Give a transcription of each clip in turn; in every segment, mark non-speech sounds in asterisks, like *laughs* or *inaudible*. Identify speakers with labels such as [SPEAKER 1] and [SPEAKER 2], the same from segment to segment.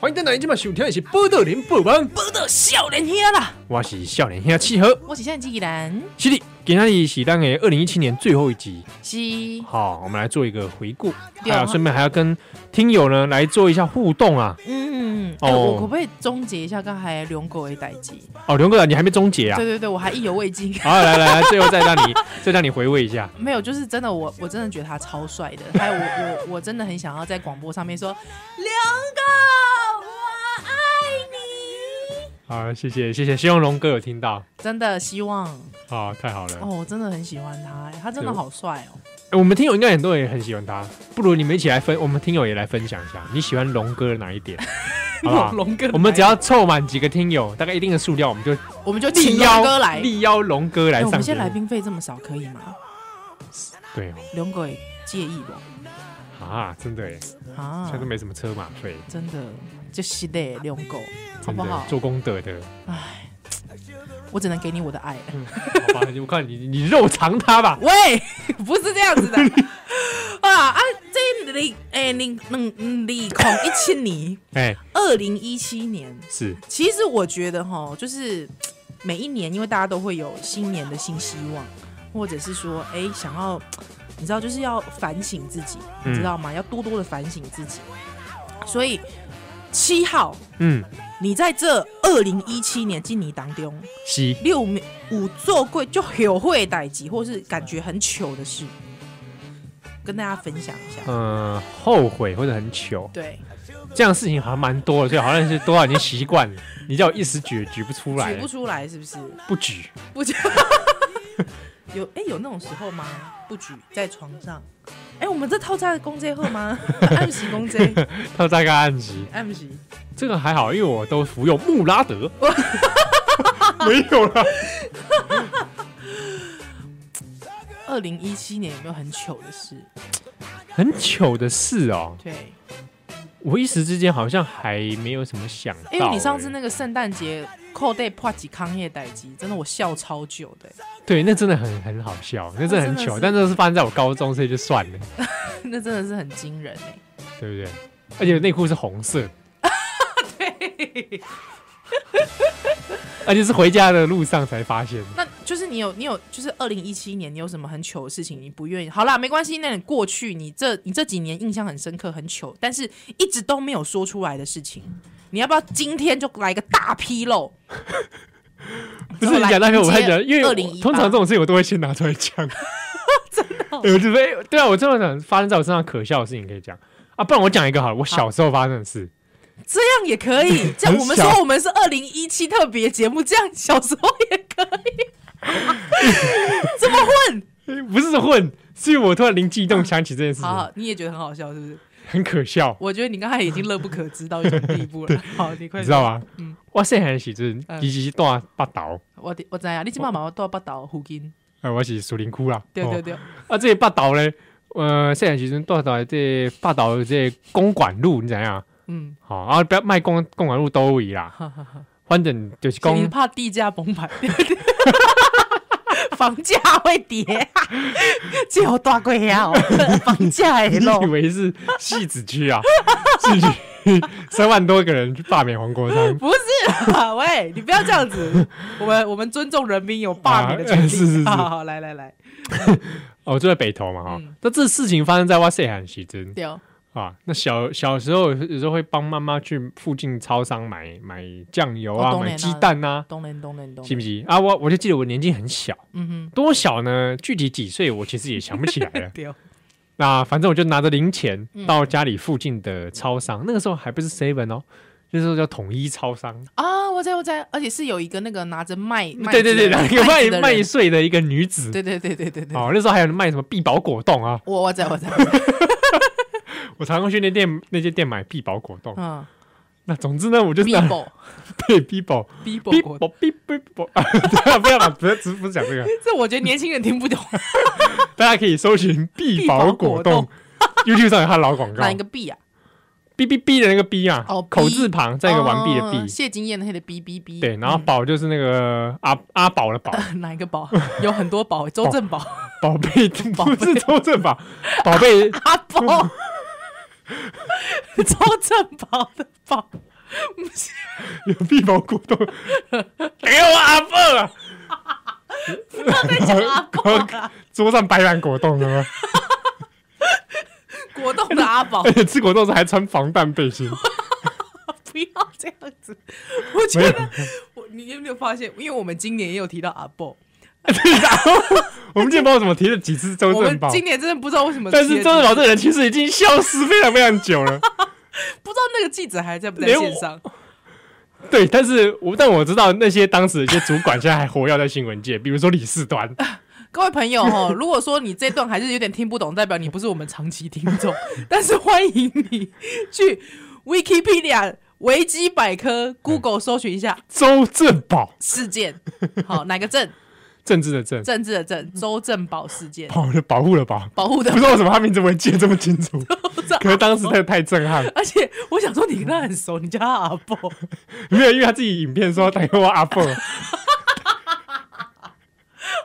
[SPEAKER 1] 欢迎登来，今晚收听的是《报道林报网》，
[SPEAKER 2] 报道少年兄啊啦，
[SPEAKER 1] 我是少年兄七和，
[SPEAKER 2] 我是向纪然，
[SPEAKER 1] 是的，今天是咱的二零一七年最后一集，
[SPEAKER 2] 是
[SPEAKER 1] 好，我们来做一个回顾，
[SPEAKER 2] 对啊
[SPEAKER 1] 还有顺便还要跟听友呢来做一下互动啊。
[SPEAKER 2] 嗯，
[SPEAKER 1] 哦
[SPEAKER 2] 哎、我可不可以终结一下刚才龙狗的代际？
[SPEAKER 1] 哦，刘哥，你还没终结啊
[SPEAKER 2] 对？对对，我还意犹未尽。 *laughs*
[SPEAKER 1] 好，来来来，最后再让你再让你回味一下。
[SPEAKER 2] 没有，就是真的，我我真的觉得他超帅
[SPEAKER 1] *laughs*
[SPEAKER 2] 的，还有我我我真的很想要在广播上面说，龙狗，我爱你。
[SPEAKER 1] 好，谢谢谢谢，希望龙哥有听到。
[SPEAKER 2] 真的希望
[SPEAKER 1] 好，太好了。
[SPEAKER 2] 哦，我真的很喜欢他，哎他真的好帅哦。
[SPEAKER 1] 欸我们听友应该很多人也很喜欢他，不如你们一起来分，我们听友也来分享一下，你喜欢龙哥的哪一
[SPEAKER 2] *laughs*
[SPEAKER 1] 点，好不好？
[SPEAKER 2] 龙哥来，
[SPEAKER 1] 我们只要凑满几个听友，大概一定的数量，我们就
[SPEAKER 2] 我们就
[SPEAKER 1] 力
[SPEAKER 2] 请
[SPEAKER 1] 邀
[SPEAKER 2] 龙哥来。
[SPEAKER 1] 力邀龙哥来
[SPEAKER 2] 哎我
[SPEAKER 1] 上
[SPEAKER 2] 们
[SPEAKER 1] 节
[SPEAKER 2] 现在来
[SPEAKER 1] 目。
[SPEAKER 2] 宾费这么少，可以吗？
[SPEAKER 1] 对哦
[SPEAKER 2] 龙狗也介意不？
[SPEAKER 1] 啊，真的耶，
[SPEAKER 2] 啊
[SPEAKER 1] 现在，都没什么车马费，
[SPEAKER 2] 真的就是的，龙狗，好
[SPEAKER 1] 真
[SPEAKER 2] 不
[SPEAKER 1] 的
[SPEAKER 2] 好？
[SPEAKER 1] 做功德
[SPEAKER 2] *laughs*
[SPEAKER 1] 的，
[SPEAKER 2] 唉，我只能给你我的爱。
[SPEAKER 1] 好吧？我看你你肉偿他吧。 *laughs*
[SPEAKER 2] 喂， *laughs* 不是这样子的 *laughs* 啊啊！这零哎零零零孔一七年，
[SPEAKER 1] 哎，
[SPEAKER 2] 二零一七年，
[SPEAKER 1] 是
[SPEAKER 2] 其实我觉得哈，就是每一年，因为大家都会有新年的新希望，或者是说，哎、想要，你知道，就是要反省自己，
[SPEAKER 1] 嗯
[SPEAKER 2] 你知道吗？要多多的反省自己。所以七号，
[SPEAKER 1] 嗯，
[SPEAKER 2] 你在这二零一七年进你当中，
[SPEAKER 1] 西
[SPEAKER 2] 六五做贵就有会代级，或是感觉很糗的事，跟大家分享一下。
[SPEAKER 1] 嗯、后悔或者很糗，
[SPEAKER 2] 对，
[SPEAKER 1] 这样的事情好像蛮多的，所以好像是多少已经习惯了，你叫我一时举举不出来
[SPEAKER 2] 举，不出来是不是？
[SPEAKER 1] 不举。
[SPEAKER 2] 不举。 *laughs* 有哎、有那种时候吗？不举在床上。哎、我们这套餐的公这后 *laughs* 吗？按时公这，
[SPEAKER 1] 他大概暗示
[SPEAKER 2] 按时。
[SPEAKER 1] 这个还好，因为我都服用穆拉
[SPEAKER 2] *laughs*
[SPEAKER 1] 德，没有啦。
[SPEAKER 2] 二零一七年有没有很糗的事？
[SPEAKER 1] 很糗的事哦，
[SPEAKER 2] 对，
[SPEAKER 1] 我一时之间好像还没有什么想到、
[SPEAKER 2] 因为你上次那
[SPEAKER 1] 哎
[SPEAKER 2] 个圣诞节扣带破几康业代机，真的我笑超久的、
[SPEAKER 1] 对，那真的很很好笑，那真的很糗，
[SPEAKER 2] 哦那真
[SPEAKER 1] *laughs*
[SPEAKER 2] 的是
[SPEAKER 1] 但那是发生在我高中，所以就算了，
[SPEAKER 2] 那真的是很惊人哎、
[SPEAKER 1] 对不对？而且内裤是红
[SPEAKER 2] *laughs*
[SPEAKER 1] 色，而且是回家的路上才发现。
[SPEAKER 2] 那就是你有你有就是二零一七年你有什么很糗的事情你不愿意？好啦，没关系，那你过去你这你这几年印象很深刻很糗，但是一直都没有说出来的事情，你要不要今天就来个大披露？
[SPEAKER 1] 不是你讲那个，我还讲，因为
[SPEAKER 2] 二
[SPEAKER 1] 我
[SPEAKER 2] 零一
[SPEAKER 1] 通常这种事情我都会先拿出来
[SPEAKER 2] *laughs*
[SPEAKER 1] 讲。
[SPEAKER 2] 哦
[SPEAKER 1] 真的、我就说，哎对啊，我这么讲，发生在我身上可笑的事情可以讲啊，不然我讲一个好了，我小时候发生的事。
[SPEAKER 2] 啊这样也可以，这
[SPEAKER 1] *laughs*
[SPEAKER 2] 样我们
[SPEAKER 1] 很小
[SPEAKER 2] 说我们是二零一七特别节目，这样小时候也可以，怎么混？
[SPEAKER 1] 不是混，是因为我突然灵机一动想起这件事情，
[SPEAKER 2] 啊好好，你也觉得很好笑是不是？
[SPEAKER 1] 很可笑，
[SPEAKER 2] 我觉得你刚才已经乐不可支到一种地步了。好，你快
[SPEAKER 1] 你
[SPEAKER 2] 点
[SPEAKER 1] 知道吗？
[SPEAKER 2] 嗯
[SPEAKER 1] 哇塞，很喜真，
[SPEAKER 2] 嗯
[SPEAKER 1] 其实大八岛，
[SPEAKER 2] 我我知啊，你今晚晚都要北岛附近，
[SPEAKER 1] 呃，我是树林区啦。
[SPEAKER 2] 对对
[SPEAKER 1] 哦，
[SPEAKER 2] 对。
[SPEAKER 1] 啊，这个八岛咧，呃，细汉时阵住在这八岛的这个公馆路，你知影？
[SPEAKER 2] 嗯，
[SPEAKER 1] 好、啊，不要卖公公馆路都位啦，
[SPEAKER 2] 哈哈哈，
[SPEAKER 1] 反正就是
[SPEAKER 2] 所以你是
[SPEAKER 1] 讲，
[SPEAKER 2] 怕地价崩 *laughs* 盘，房价会跌，只有大贵 *laughs* 呀，房价会
[SPEAKER 1] 你
[SPEAKER 2] 落
[SPEAKER 1] 以。为是戏子区啊？ *laughs* 戏子区三万多个人去罢免黄国
[SPEAKER 2] *laughs*
[SPEAKER 1] 昌，
[SPEAKER 2] 不是啊，喂，你不要这样子，我们我们尊重人民有罢免的权
[SPEAKER 1] 啊
[SPEAKER 2] 利。
[SPEAKER 1] 是是是
[SPEAKER 2] 好好来来来，
[SPEAKER 1] 哦，住在北投嘛哈、
[SPEAKER 2] 嗯
[SPEAKER 1] 那、这事情发生在我细汉时阵，
[SPEAKER 2] 对哦，
[SPEAKER 1] 啊，那小小时候有时候会帮妈妈去附近超商买买酱油啊，
[SPEAKER 2] 哦当
[SPEAKER 1] 买
[SPEAKER 2] 然啦
[SPEAKER 1] 鸡蛋啊，
[SPEAKER 2] 懂人懂人懂
[SPEAKER 1] 是
[SPEAKER 2] 人，
[SPEAKER 1] 不是？啊，我我就记得我年纪很小，
[SPEAKER 2] 嗯
[SPEAKER 1] 多小呢？具体几岁我其实也想不起来了
[SPEAKER 2] *laughs* 哼，。对哦，
[SPEAKER 1] 那反正我就拿着零钱
[SPEAKER 2] 嗯
[SPEAKER 1] 到家里附近的超商，那个时候还不是 seven 哦，那时候叫统一超商。
[SPEAKER 2] 啊，我在我在，而且是有一个那个拿着麦，麦
[SPEAKER 1] 对对
[SPEAKER 2] 子的
[SPEAKER 1] 对，
[SPEAKER 2] 人
[SPEAKER 1] 那个卖
[SPEAKER 2] 子的
[SPEAKER 1] 卖
[SPEAKER 2] 人
[SPEAKER 1] 税的一个女子。
[SPEAKER 2] 对对对对对对，
[SPEAKER 1] 哦，那时候还有卖什么必宝果冻啊，
[SPEAKER 2] 我我在 *laughs* 我在，
[SPEAKER 1] 我常常去那店那些店买必宝果冻。
[SPEAKER 2] 嗯
[SPEAKER 1] 那总之呢，我就是拿
[SPEAKER 2] ，Bibo
[SPEAKER 1] 对必宝。哔
[SPEAKER 2] Bibo 国
[SPEAKER 1] 啵哔哔啵，对 *laughs* 啊，不要把不要只不是讲这个，
[SPEAKER 2] 这我觉得年轻人听 *laughs* 不懂，
[SPEAKER 1] 大家可以搜寻必宝果冻，YouTube 上有他老广告，
[SPEAKER 2] 哪一个
[SPEAKER 1] 哔
[SPEAKER 2] B 啊？
[SPEAKER 1] 哔哔的那个哔啊
[SPEAKER 2] 哦，
[SPEAKER 1] 口
[SPEAKER 2] 哔
[SPEAKER 1] 字旁再一个完毕的
[SPEAKER 2] 哦
[SPEAKER 1] 毕，
[SPEAKER 2] 谢金燕的那个 B B B，
[SPEAKER 1] 对，然后宝就是那个阿阿宝的宝，
[SPEAKER 2] *laughs* 嗯哪一个宝？有很多宝，周正宝、 *laughs*
[SPEAKER 1] 宝贝
[SPEAKER 2] 宝贝 *laughs*
[SPEAKER 1] 不是周正宝，宝贝
[SPEAKER 2] 阿宝、超正宝的宝， *laughs*
[SPEAKER 1] 有必毛果冻，给我阿伯啊！
[SPEAKER 2] 不要再讲阿宝了，
[SPEAKER 1] *laughs* 桌上摆满果冻了吗？
[SPEAKER 2] 果冻的阿宝
[SPEAKER 1] *laughs* 而，且吃果冻时还穿防弹背心， *laughs*
[SPEAKER 2] 不要这样子。我觉得我你有没有发现？因为我们今年也有提到阿宝，
[SPEAKER 1] 我们今天不知道怎么提了几次周
[SPEAKER 2] 我
[SPEAKER 1] 正
[SPEAKER 2] 们
[SPEAKER 1] 宝，
[SPEAKER 2] 今年真的不知道为什么，
[SPEAKER 1] 但是周正宝这个人其实已经消失非常非常久
[SPEAKER 2] *laughs*
[SPEAKER 1] 了。
[SPEAKER 2] 不知道那个记者还在不在
[SPEAKER 1] 连我
[SPEAKER 2] 线上。
[SPEAKER 1] 对，但是我但我知道那些当时的一些主管现在还活跃在新闻界，比如说李世
[SPEAKER 2] *laughs*
[SPEAKER 1] 端，
[SPEAKER 2] 各位朋友
[SPEAKER 1] *laughs*
[SPEAKER 2] 哦，如果说你这段还是有点听不懂，代表你不是我们长期听众， *laughs* 但是欢迎你去 Wikipedia 维基百科 Google 搜寻一下
[SPEAKER 1] 周正宝，*laughs*
[SPEAKER 2] 事件，好哪个政
[SPEAKER 1] 政治的政，
[SPEAKER 2] 政治的政
[SPEAKER 1] 嗯
[SPEAKER 2] 周正宝
[SPEAKER 1] *laughs*
[SPEAKER 2] 事件
[SPEAKER 1] 保了保护了保，
[SPEAKER 2] 保护的
[SPEAKER 1] *laughs* 不知，道为什么他名字我也记得这么清楚，可是当时太太震撼，
[SPEAKER 2] *laughs* 而且我想说你跟他很熟，你叫他阿伯，
[SPEAKER 1] *laughs* 没有，因为他自己影片说他给我阿伯，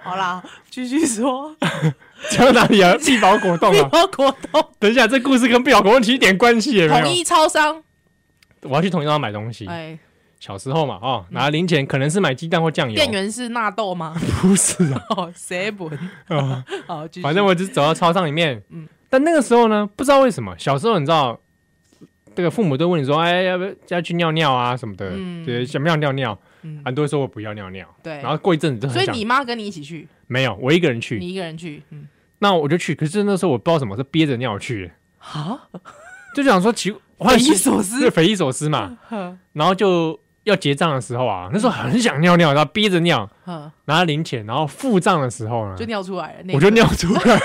[SPEAKER 2] 好啦，继续
[SPEAKER 1] *laughs*
[SPEAKER 2] 说
[SPEAKER 1] 讲到哪里啊？必保果冻
[SPEAKER 2] 面
[SPEAKER 1] 啊！
[SPEAKER 2] 包果冻，
[SPEAKER 1] 等一下，这故事跟必保果冻其实一点关系也没有
[SPEAKER 2] 统。一超商，
[SPEAKER 1] 我要去统一超商买东西，
[SPEAKER 2] 哎，
[SPEAKER 1] 小时候嘛，哦，拿零钱可能是买鸡蛋或酱油，
[SPEAKER 2] 店员是纳豆吗？
[SPEAKER 1] *laughs*
[SPEAKER 2] *laughs*
[SPEAKER 1] 不是啊，
[SPEAKER 2] 哦，seven， *laughs*
[SPEAKER 1] 啊
[SPEAKER 2] 好，继续
[SPEAKER 1] 反正我只走到超商里面，
[SPEAKER 2] 嗯
[SPEAKER 1] 但那个时候呢，不知道为什么，小时候你知道，这个父母都问你说，哎，要不要要去尿尿啊什么的，
[SPEAKER 2] 嗯
[SPEAKER 1] 对，想不想尿尿？啊
[SPEAKER 2] 嗯
[SPEAKER 1] 很多人说我不要尿尿，
[SPEAKER 2] 对
[SPEAKER 1] 然，后过一阵子就
[SPEAKER 2] 所
[SPEAKER 1] 很
[SPEAKER 2] 以
[SPEAKER 1] 想
[SPEAKER 2] 你，妈跟你一起去，
[SPEAKER 1] 没有，我一个人去，
[SPEAKER 2] 你一个人去，嗯。
[SPEAKER 1] 那我就去，可是那时候我不知道什么是憋着尿去的，
[SPEAKER 2] 啊，
[SPEAKER 1] 就想说奇，
[SPEAKER 2] 匪夷所
[SPEAKER 1] 对，
[SPEAKER 2] 思。
[SPEAKER 1] 匪夷所思嘛，
[SPEAKER 2] 呵
[SPEAKER 1] 然后就要结账的时候啊，那时候很想尿尿，然后憋着尿，
[SPEAKER 2] 呵，
[SPEAKER 1] 拿零钱，然后付账的时候呢
[SPEAKER 2] 就，尿出来了。
[SPEAKER 1] 嗯
[SPEAKER 2] 那
[SPEAKER 1] 我就尿出来
[SPEAKER 2] *laughs*
[SPEAKER 1] 了，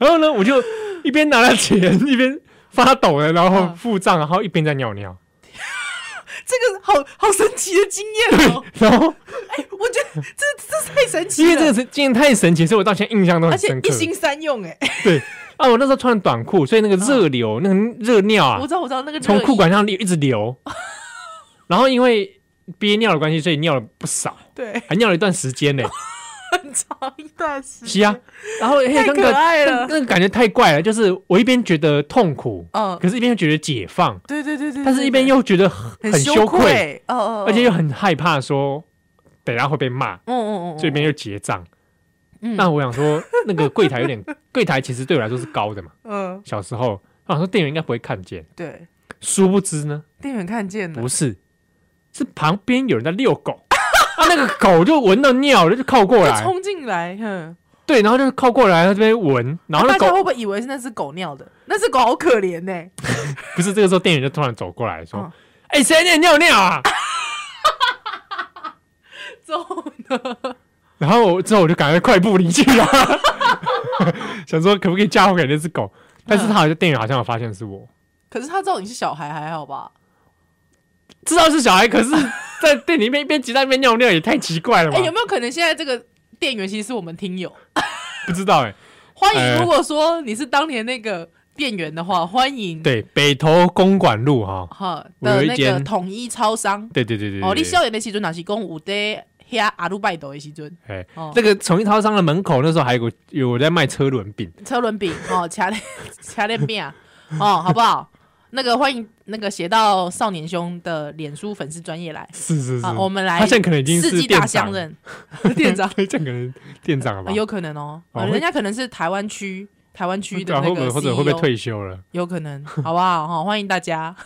[SPEAKER 1] 然后呢，我就一边拿了钱， *laughs* 一边发抖了，然后
[SPEAKER 2] 嗯
[SPEAKER 1] 付账，然后一边在尿尿，
[SPEAKER 2] 这个好好神奇的经验哦！
[SPEAKER 1] 然后
[SPEAKER 2] 哎，我觉得这这是太啊神奇
[SPEAKER 1] 因
[SPEAKER 2] 了，
[SPEAKER 1] 为这个是今天太神奇，所以我到现在印象都
[SPEAKER 2] 而
[SPEAKER 1] 很
[SPEAKER 2] 且
[SPEAKER 1] 深刻
[SPEAKER 2] 一。心三用哎，
[SPEAKER 1] 对啊，我那时候穿短裤，所以那个热流，那个热尿啊
[SPEAKER 2] 我，知道我知道那个
[SPEAKER 1] 从
[SPEAKER 2] 热
[SPEAKER 1] 裤
[SPEAKER 2] 议
[SPEAKER 1] 管上流一直
[SPEAKER 2] *laughs*
[SPEAKER 1] 流，然后因为憋尿的关系，所以尿了不少，
[SPEAKER 2] 对
[SPEAKER 1] 还尿了一段时
[SPEAKER 2] *laughs*
[SPEAKER 1] 间呢。
[SPEAKER 2] 很长一段时
[SPEAKER 1] 是啊
[SPEAKER 2] 间，，
[SPEAKER 1] 然后嘿
[SPEAKER 2] 太
[SPEAKER 1] 那
[SPEAKER 2] 可
[SPEAKER 1] 个
[SPEAKER 2] 爱
[SPEAKER 1] 那
[SPEAKER 2] 了。
[SPEAKER 1] 那个感觉太怪了，就是我一边觉得痛苦，
[SPEAKER 2] 嗯，
[SPEAKER 1] 可是一边又觉得解放，
[SPEAKER 2] 对对对对，
[SPEAKER 1] 但是
[SPEAKER 2] 对
[SPEAKER 1] 一边又觉得很
[SPEAKER 2] 对
[SPEAKER 1] 很
[SPEAKER 2] 嗯很
[SPEAKER 1] 羞愧，
[SPEAKER 2] 愧，哦哦，哦
[SPEAKER 1] 而且又很害怕说等一下会被骂，
[SPEAKER 2] 嗯嗯嗯，
[SPEAKER 1] 所以一边又结账。
[SPEAKER 2] 嗯
[SPEAKER 1] 那我想说，那个柜台有点， *laughs* 柜台其实对我来说是高的嘛，
[SPEAKER 2] 嗯
[SPEAKER 1] 小时候我想说店员应该不会看见，
[SPEAKER 2] 对，
[SPEAKER 1] 殊不知呢，
[SPEAKER 2] 店员看见了
[SPEAKER 1] 不，是，是旁边有人在遛狗， *laughs* 啊，那个狗就闻到尿了，就靠过
[SPEAKER 2] 就
[SPEAKER 1] 来，
[SPEAKER 2] 冲进来，哼，
[SPEAKER 1] 对，然后就靠过来，它这边闻，然后
[SPEAKER 2] 啊大
[SPEAKER 1] 那
[SPEAKER 2] 家
[SPEAKER 1] 狗
[SPEAKER 2] 会不会以为是那只狗尿的？那只狗好可怜
[SPEAKER 1] *laughs*
[SPEAKER 2] 呢，
[SPEAKER 1] 不是这个时候，店员就突然走过来说
[SPEAKER 2] 嗯：“
[SPEAKER 1] 哎，谁在那里尿尿啊 *laughs*
[SPEAKER 2] 之后呢？？”
[SPEAKER 1] 然后我之后我就赶快快步离去了， *laughs* 想说可不可以嫁祸给那只狗，但是他好像店员好像有发现是我，
[SPEAKER 2] 可是他知道你是小孩，还好吧？
[SPEAKER 1] 知道是小孩，可是在店里面一边挤在一边尿尿也太奇怪了吧
[SPEAKER 2] 哎、？有没有可能现在这个店员其实是我们听友？
[SPEAKER 1] 不知道哎，
[SPEAKER 2] 欢迎，
[SPEAKER 1] 呃
[SPEAKER 2] 如果说你是当年那个店员的话，欢迎
[SPEAKER 1] 对，北投公馆路哈，
[SPEAKER 2] 哈
[SPEAKER 1] 我有
[SPEAKER 2] 的
[SPEAKER 1] 一
[SPEAKER 2] 那个
[SPEAKER 1] 间
[SPEAKER 2] 统一超商
[SPEAKER 1] 对对对对，对
[SPEAKER 2] 哦，你
[SPEAKER 1] 对
[SPEAKER 2] 少年的时阵，哪是讲有在遐阿鲁拜斗的时阵
[SPEAKER 1] 哎，
[SPEAKER 2] 哦
[SPEAKER 1] 那，个统一超商的门口那时候还有个有在卖车轮饼，
[SPEAKER 2] 车轮饼哦， *laughs* 掐练掐练饼哦，好不好？那个欢迎那个写到少年兄的脸书粉丝专业来
[SPEAKER 1] 是是是，
[SPEAKER 2] 啊，我们来
[SPEAKER 1] 他现在可能已经
[SPEAKER 2] 世
[SPEAKER 1] 是
[SPEAKER 2] 纪大
[SPEAKER 1] 店
[SPEAKER 2] 相
[SPEAKER 1] 长，
[SPEAKER 2] 认 *laughs* 店
[SPEAKER 1] *laughs*
[SPEAKER 2] 长、
[SPEAKER 1] 对，这可能店长了吧
[SPEAKER 2] 啊？有可能哦，
[SPEAKER 1] 哦
[SPEAKER 2] 啊
[SPEAKER 1] 会
[SPEAKER 2] 人家可能是台湾区台湾区的
[SPEAKER 1] 对啊
[SPEAKER 2] 那
[SPEAKER 1] 会不会
[SPEAKER 2] 个 E
[SPEAKER 1] 或者会不会
[SPEAKER 2] CEO
[SPEAKER 1] 退休了？
[SPEAKER 2] 有可能，好不好？哈，欢迎大家。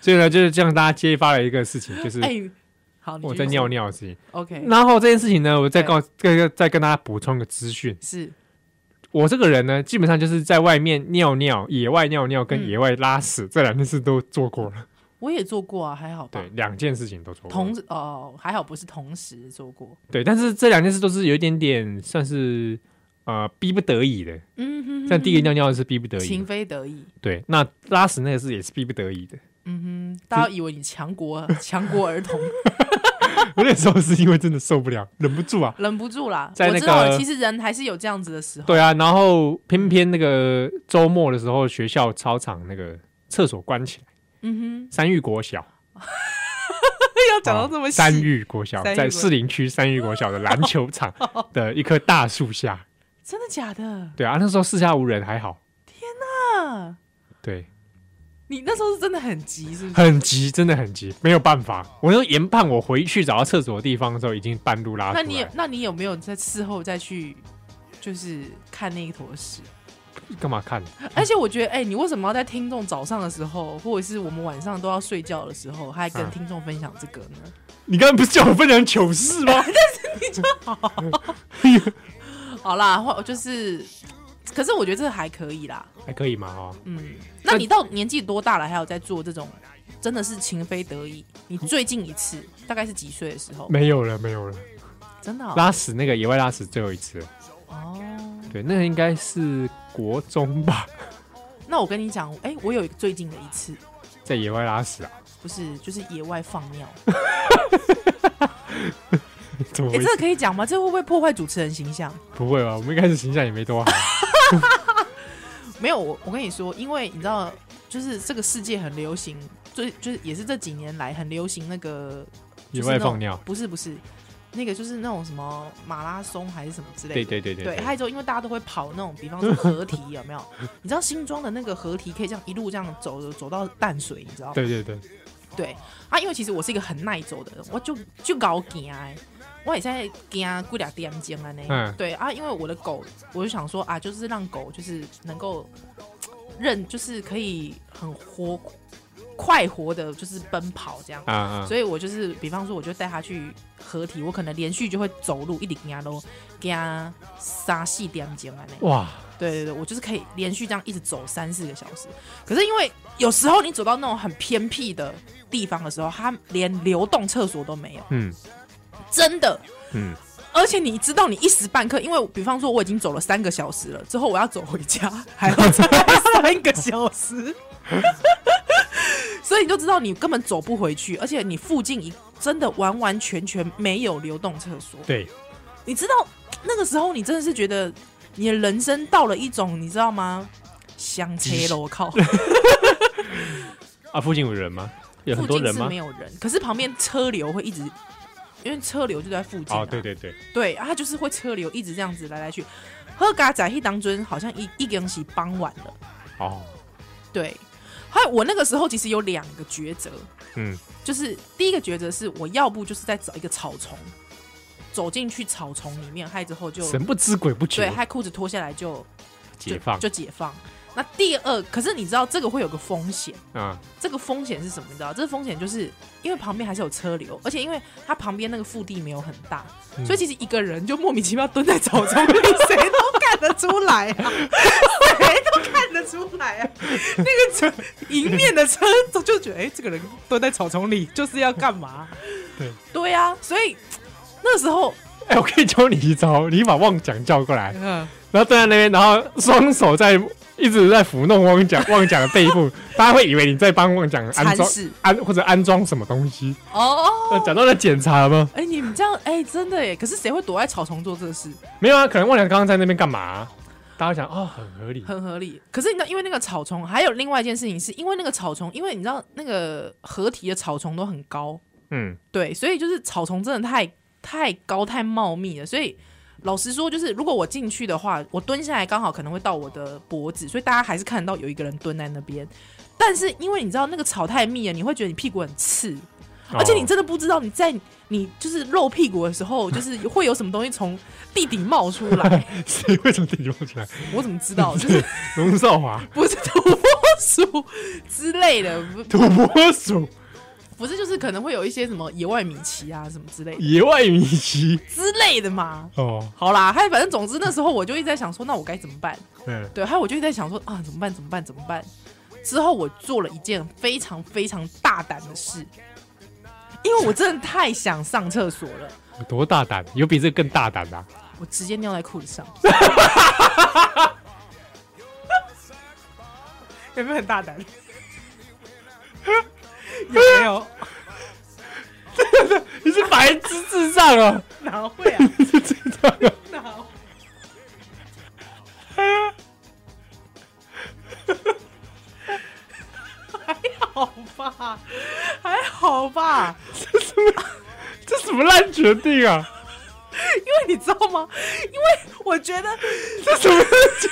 [SPEAKER 1] 所以呢，就是这样，大家揭发了一个事情，就是
[SPEAKER 2] 哎、好，你
[SPEAKER 1] 我
[SPEAKER 2] 继续
[SPEAKER 1] 在
[SPEAKER 2] 说
[SPEAKER 1] 尿。尿的事情。
[SPEAKER 2] OK，
[SPEAKER 1] 然后这件事情呢，我再告再再再跟大家补充个资讯。
[SPEAKER 2] 是
[SPEAKER 1] 我这个人呢，基本上就是在外面尿尿、野外尿尿跟
[SPEAKER 2] 嗯
[SPEAKER 1] 野外拉屎、这两件事都做过了，
[SPEAKER 2] 我也做过啊，还好吧
[SPEAKER 1] 对，。两件事情都做过
[SPEAKER 2] 同。时哦，还好不是同时做过。
[SPEAKER 1] 对，但是这两件事都是有一点点算是呃逼不得已的。
[SPEAKER 2] 嗯哼
[SPEAKER 1] 像第一个尿尿是逼不得已
[SPEAKER 2] 情
[SPEAKER 1] 嘛，
[SPEAKER 2] 非得已。
[SPEAKER 1] 对，那拉屎那个是也是逼不得已的。 *laughs*
[SPEAKER 2] 嗯哼，大家以为你强国 *laughs* 强国儿童，
[SPEAKER 1] 我那时候是因为真的受不了，忍不住啊，
[SPEAKER 2] 忍不住啦。
[SPEAKER 1] 在那
[SPEAKER 2] 我知道
[SPEAKER 1] 个
[SPEAKER 2] 了，其实人还是有这样子的时候。
[SPEAKER 1] 对啊，然后偏偏那个周末的时候，学校操场那个厕所关起来，
[SPEAKER 2] 嗯
[SPEAKER 1] 三育国
[SPEAKER 2] *laughs*
[SPEAKER 1] 小，
[SPEAKER 2] 哼，要讲
[SPEAKER 1] 啊
[SPEAKER 2] 到这么细，
[SPEAKER 1] 三育国小
[SPEAKER 2] 三育
[SPEAKER 1] 在
[SPEAKER 2] 国
[SPEAKER 1] 士林区三育国小的篮球场的一棵大树下，
[SPEAKER 2] 真的假的？
[SPEAKER 1] 对啊，那时候四下无人还好，
[SPEAKER 2] 啊，
[SPEAKER 1] 对，
[SPEAKER 2] 你那时候是真的很急，是不是？
[SPEAKER 1] *laughs* 很急，真的很急，没有办法。我就研判我回去找到厕所的地方的时候，已经半路拉出
[SPEAKER 2] 那你有
[SPEAKER 1] 来。
[SPEAKER 2] 那你有没有在事后再去就是看那一坨屎？
[SPEAKER 1] 干嘛看？ *laughs*
[SPEAKER 2] 而且我觉得，哎、你为什么要在听众早上的时候，或者是我们晚上都要睡觉的时候，还跟
[SPEAKER 1] 嗯
[SPEAKER 2] 听众分享这个呢？
[SPEAKER 1] 你刚才不是叫我分享糗事
[SPEAKER 2] *laughs*
[SPEAKER 1] 吗？嗯
[SPEAKER 2] 好啦，或就是，可是我觉得这还可以啦。
[SPEAKER 1] 还可以嘛哦，
[SPEAKER 2] 嗯，那你到年纪多大了，还有在做这种，真的是情非得已？你最近一次大概是几岁的时候？
[SPEAKER 1] 没有了，没有了。
[SPEAKER 2] 真的、哦？
[SPEAKER 1] 拉屎那个野外拉屎最后一次了，
[SPEAKER 2] 哦，
[SPEAKER 1] 对，那个应该是国中吧，
[SPEAKER 2] 那我跟你讲，哎、我有一个最近的一次，
[SPEAKER 1] 在野外拉屎啊， *laughs*
[SPEAKER 2] 不是就是野外放尿，
[SPEAKER 1] 怎么
[SPEAKER 2] 哎、
[SPEAKER 1] 回
[SPEAKER 2] 这
[SPEAKER 1] 事？
[SPEAKER 2] 个可以讲吗？这会不会破坏主持人形象？
[SPEAKER 1] 不会啊吧？我们一开始形象也没
[SPEAKER 2] *laughs*
[SPEAKER 1] 多好，
[SPEAKER 2] 没有，我我跟你说，因为你知道，就是这个世界很流行，最就是也是这几年来很流行那个
[SPEAKER 1] 野外放尿，，
[SPEAKER 2] 就是那种不是不是，那个就是那种什么马拉松还是什么之类的。
[SPEAKER 1] 对对对对
[SPEAKER 2] *laughs* 对，还有之后，因为大家都会跑那种，比方说河堤有没有？你知道新庄的那个河堤可以这样一路这样走走走到淡水，你知道？
[SPEAKER 1] 对对对，
[SPEAKER 2] 对啊，因为其实我是一个很耐走的人，我就就搞惊哎，我也在惊过两点钟啊呢。
[SPEAKER 1] *laughs* 嗯
[SPEAKER 2] 对啊，因为我的狗，我就想说啊，就是让狗就是能够认，就是可以很活快活的，就是奔跑这样。
[SPEAKER 1] 啊啊，
[SPEAKER 2] 所以我就是，比方说，我就带它去合体，我可能连续就会走路一直惊咯，惊三四点钟啊呢。
[SPEAKER 1] 哇，
[SPEAKER 2] 对对对，我就是可以连续这样一直走三四个小时。可是因为有时候你走到那种很偏僻的地方的时候，它连流动厕所都没有，
[SPEAKER 1] 嗯
[SPEAKER 2] 真的。
[SPEAKER 1] 嗯，
[SPEAKER 2] 而且你知道，你一时半刻，因为比方说我已经走了三个小时了，之后我要走回家，
[SPEAKER 1] *laughs*
[SPEAKER 2] 还要再三个小时， *laughs* 所以你就知道你根本走不回去，而且你附近一真的完完全全没有流动厕所。
[SPEAKER 1] 对，
[SPEAKER 2] 你知道那个时候，你真的是觉得你的人生到了一种，你知道吗？香切了，我靠！
[SPEAKER 1] 啊，附近有人吗？有很
[SPEAKER 2] 附
[SPEAKER 1] 多
[SPEAKER 2] 近
[SPEAKER 1] 人
[SPEAKER 2] 是
[SPEAKER 1] 吗
[SPEAKER 2] 没？有人，可是旁边车流会一直，因为车流就在附近、啊。
[SPEAKER 1] 哦，对对对，
[SPEAKER 2] 对啊，它就是会车流一直这样子来来去。喝嘎仔一当尊好像一一个东西傍晚了，
[SPEAKER 1] 哦，
[SPEAKER 2] 对。还有我那个时候其实有两个抉择，
[SPEAKER 1] 嗯，
[SPEAKER 2] 就是第一个抉择是我要不就是在找一个草丛，走进去草丛里面，害之后就
[SPEAKER 1] 神不知鬼不
[SPEAKER 2] 对，
[SPEAKER 1] 觉，
[SPEAKER 2] 害裤子脱下来就就
[SPEAKER 1] 解放
[SPEAKER 2] 就解放。那第二，可是你知道这个会有个风险，
[SPEAKER 1] 啊， *laughs*
[SPEAKER 2] 这个风险是什么？你知道，这个风险就是因为旁边还是有车流，而且因为它旁边那个腹地没有很大，
[SPEAKER 1] 嗯
[SPEAKER 2] 所以其实一个人就莫名其妙蹲在草丛里，谁都看得出来啊，谁都看得出来啊。那个车迎面的车就觉得，哎、这个人蹲在草丛里就是要干嘛？
[SPEAKER 1] 对
[SPEAKER 2] 对啊，所以那时候，
[SPEAKER 1] 哎，我可以教你一招，你把旺奖叫过来，
[SPEAKER 2] 嗯、
[SPEAKER 1] 然后站在那边，然后双手在一直在抚弄汪
[SPEAKER 2] *laughs*
[SPEAKER 1] 奖旺奖的背部，大家会以为你在帮旺奖安
[SPEAKER 2] 铲
[SPEAKER 1] 装
[SPEAKER 2] 屎
[SPEAKER 1] 安或者安装什么东西，那
[SPEAKER 2] 哦。
[SPEAKER 1] 讲到了检查了吗？
[SPEAKER 2] 哎、你们这样，哎、真的耶！可是谁会躲在草丛做这事？
[SPEAKER 1] 没有啊，可能旺奖刚刚在那边干嘛啊？大家会想哦，很合理，
[SPEAKER 2] 很合理。可是你知道，因为那个草丛，还有另外一件事情，是因为那个草丛，因为你知道那个合体的草丛都很高，
[SPEAKER 1] 嗯，
[SPEAKER 2] 对，所以就是草丛真的太太高太茂密了，所以。老实说，就是如果我进去的话，我蹲下来刚好可能会到我的脖子，所以大家还是看得到有一个人蹲在那边。但是因为你知道那个草太密了，你会觉得你屁股很刺，而且你
[SPEAKER 1] 哦
[SPEAKER 2] 真的不知道你在你就是露屁股的时候，就是会有什么东西从地底冒出来。
[SPEAKER 1] *laughs*
[SPEAKER 2] *laughs*
[SPEAKER 1] 谁会从地里冒出来？
[SPEAKER 2] 我怎么知
[SPEAKER 1] *laughs*
[SPEAKER 2] 道？就是
[SPEAKER 1] 龙少华、
[SPEAKER 2] 不是土拨鼠之类的，不
[SPEAKER 1] 土拨鼠、
[SPEAKER 2] 不是就是可能会有一些什么野外米奇啊什么之类的
[SPEAKER 1] 野外米奇
[SPEAKER 2] 之类的嘛。
[SPEAKER 1] 哦，
[SPEAKER 2] 好啦，还反正总之那时候我就一直在想说，那我该怎么办？
[SPEAKER 1] 嗯，
[SPEAKER 2] 对，还有我就一直在想说啊，怎么办？怎么办？怎么办？之后我做了一件非常非常大胆的事，因为我真的太想上厕所了，
[SPEAKER 1] 有多大胆？有比这更大胆的啊、
[SPEAKER 2] 我直接尿在裤子 *laughs* 上。有没有很大胆？有没有？
[SPEAKER 1] 你是白痴智障 *laughs* 啊！
[SPEAKER 2] 哪会啊？
[SPEAKER 1] 是智障啊！
[SPEAKER 2] 哪会？还好吧，还好吧，
[SPEAKER 1] 这什么烂决定啊！
[SPEAKER 2] 因为你知道吗？因为我觉得，
[SPEAKER 1] 这什么烂决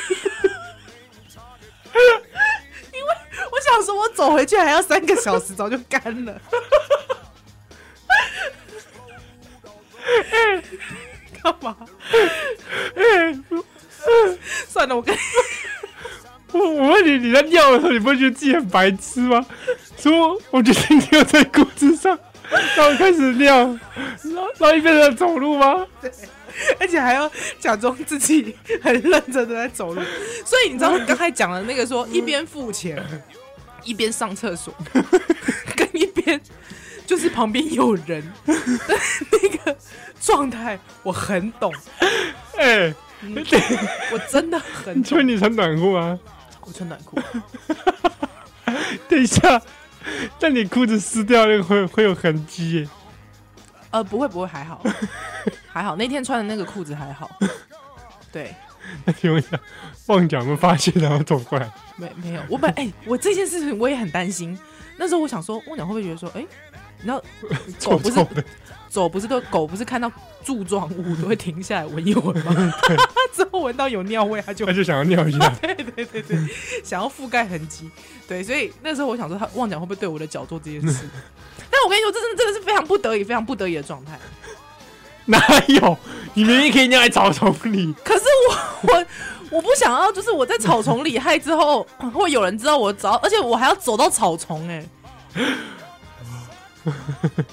[SPEAKER 2] 因为想说，我走回去还要三个小时，早就干了。 *laughs* 干嘛？ *laughs* 算了，我跟
[SPEAKER 1] 我我问你，你在尿的时候，你不会觉得自己很白痴吗？说，我决定尿在裤子上，然后开始尿，然后然后一边在走路吗？
[SPEAKER 2] *laughs* 而且还要假装自己很认真的在走路， *laughs* 嗯所以你知道刚才讲的那个说一边付钱一边上厕所， *laughs* 跟一边就是旁边有人 *laughs* 的那个状态，我很懂，
[SPEAKER 1] 哎、 *laughs*
[SPEAKER 2] 我真的很
[SPEAKER 1] 你
[SPEAKER 2] 懂
[SPEAKER 1] 穿。你穿短裤吗？
[SPEAKER 2] 我穿短裤，
[SPEAKER 1] 等一下，但你裤子撕掉那个会会有痕迹耶。
[SPEAKER 2] 呃，不会不会，还 *laughs* 好，还好那天穿的那个裤子还好，对。
[SPEAKER 1] 那请问一下，旺角有没有发现然后走过来？
[SPEAKER 2] 没没有，我本哎、我这件事情我也很担心。那时候我想说，我鸟会不会觉得说，哎、你知 *laughs* 道狗
[SPEAKER 1] 臭
[SPEAKER 2] 不
[SPEAKER 1] 臭
[SPEAKER 2] 是
[SPEAKER 1] 的，
[SPEAKER 2] 走不是都狗不是看到柱状物都会停下来闻一闻吗？ *laughs* 之后闻到有尿味，它就 *laughs*
[SPEAKER 1] 他就想要尿一 *laughs* 下。
[SPEAKER 2] 对对对对，想要覆盖痕迹。对，所以那时候我想说，他妄讲会不会对我的脚做这件事？但我跟你说，这真的真的是非常不得已、非常不得已的状态。
[SPEAKER 1] 哪有？你明明可以尿在草丛里。
[SPEAKER 2] 可是我我我不想要，就是我在草丛里害之后，会有人知道我找，而且我还要走到草丛哎、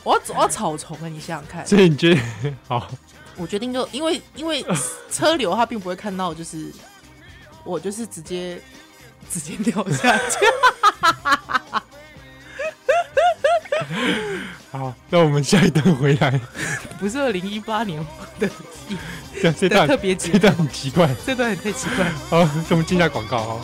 [SPEAKER 2] 我要走到草丛哎、你想想看，
[SPEAKER 1] 所以你觉得 *laughs* 好？
[SPEAKER 2] 我决定就因为因 *laughs* 为车流它并不会看到，就是我就是直接直接掉下去。
[SPEAKER 1] 好，那我们下一段回来。
[SPEAKER 2] *laughs*
[SPEAKER 1] *laughs*
[SPEAKER 2] 不是二零一八年的
[SPEAKER 1] 这这
[SPEAKER 2] 的
[SPEAKER 1] 段
[SPEAKER 2] 特别节
[SPEAKER 1] 这
[SPEAKER 2] 目，
[SPEAKER 1] 段很奇怪。
[SPEAKER 2] 这段也太奇怪了。
[SPEAKER 1] 好，我们进一下广告哦。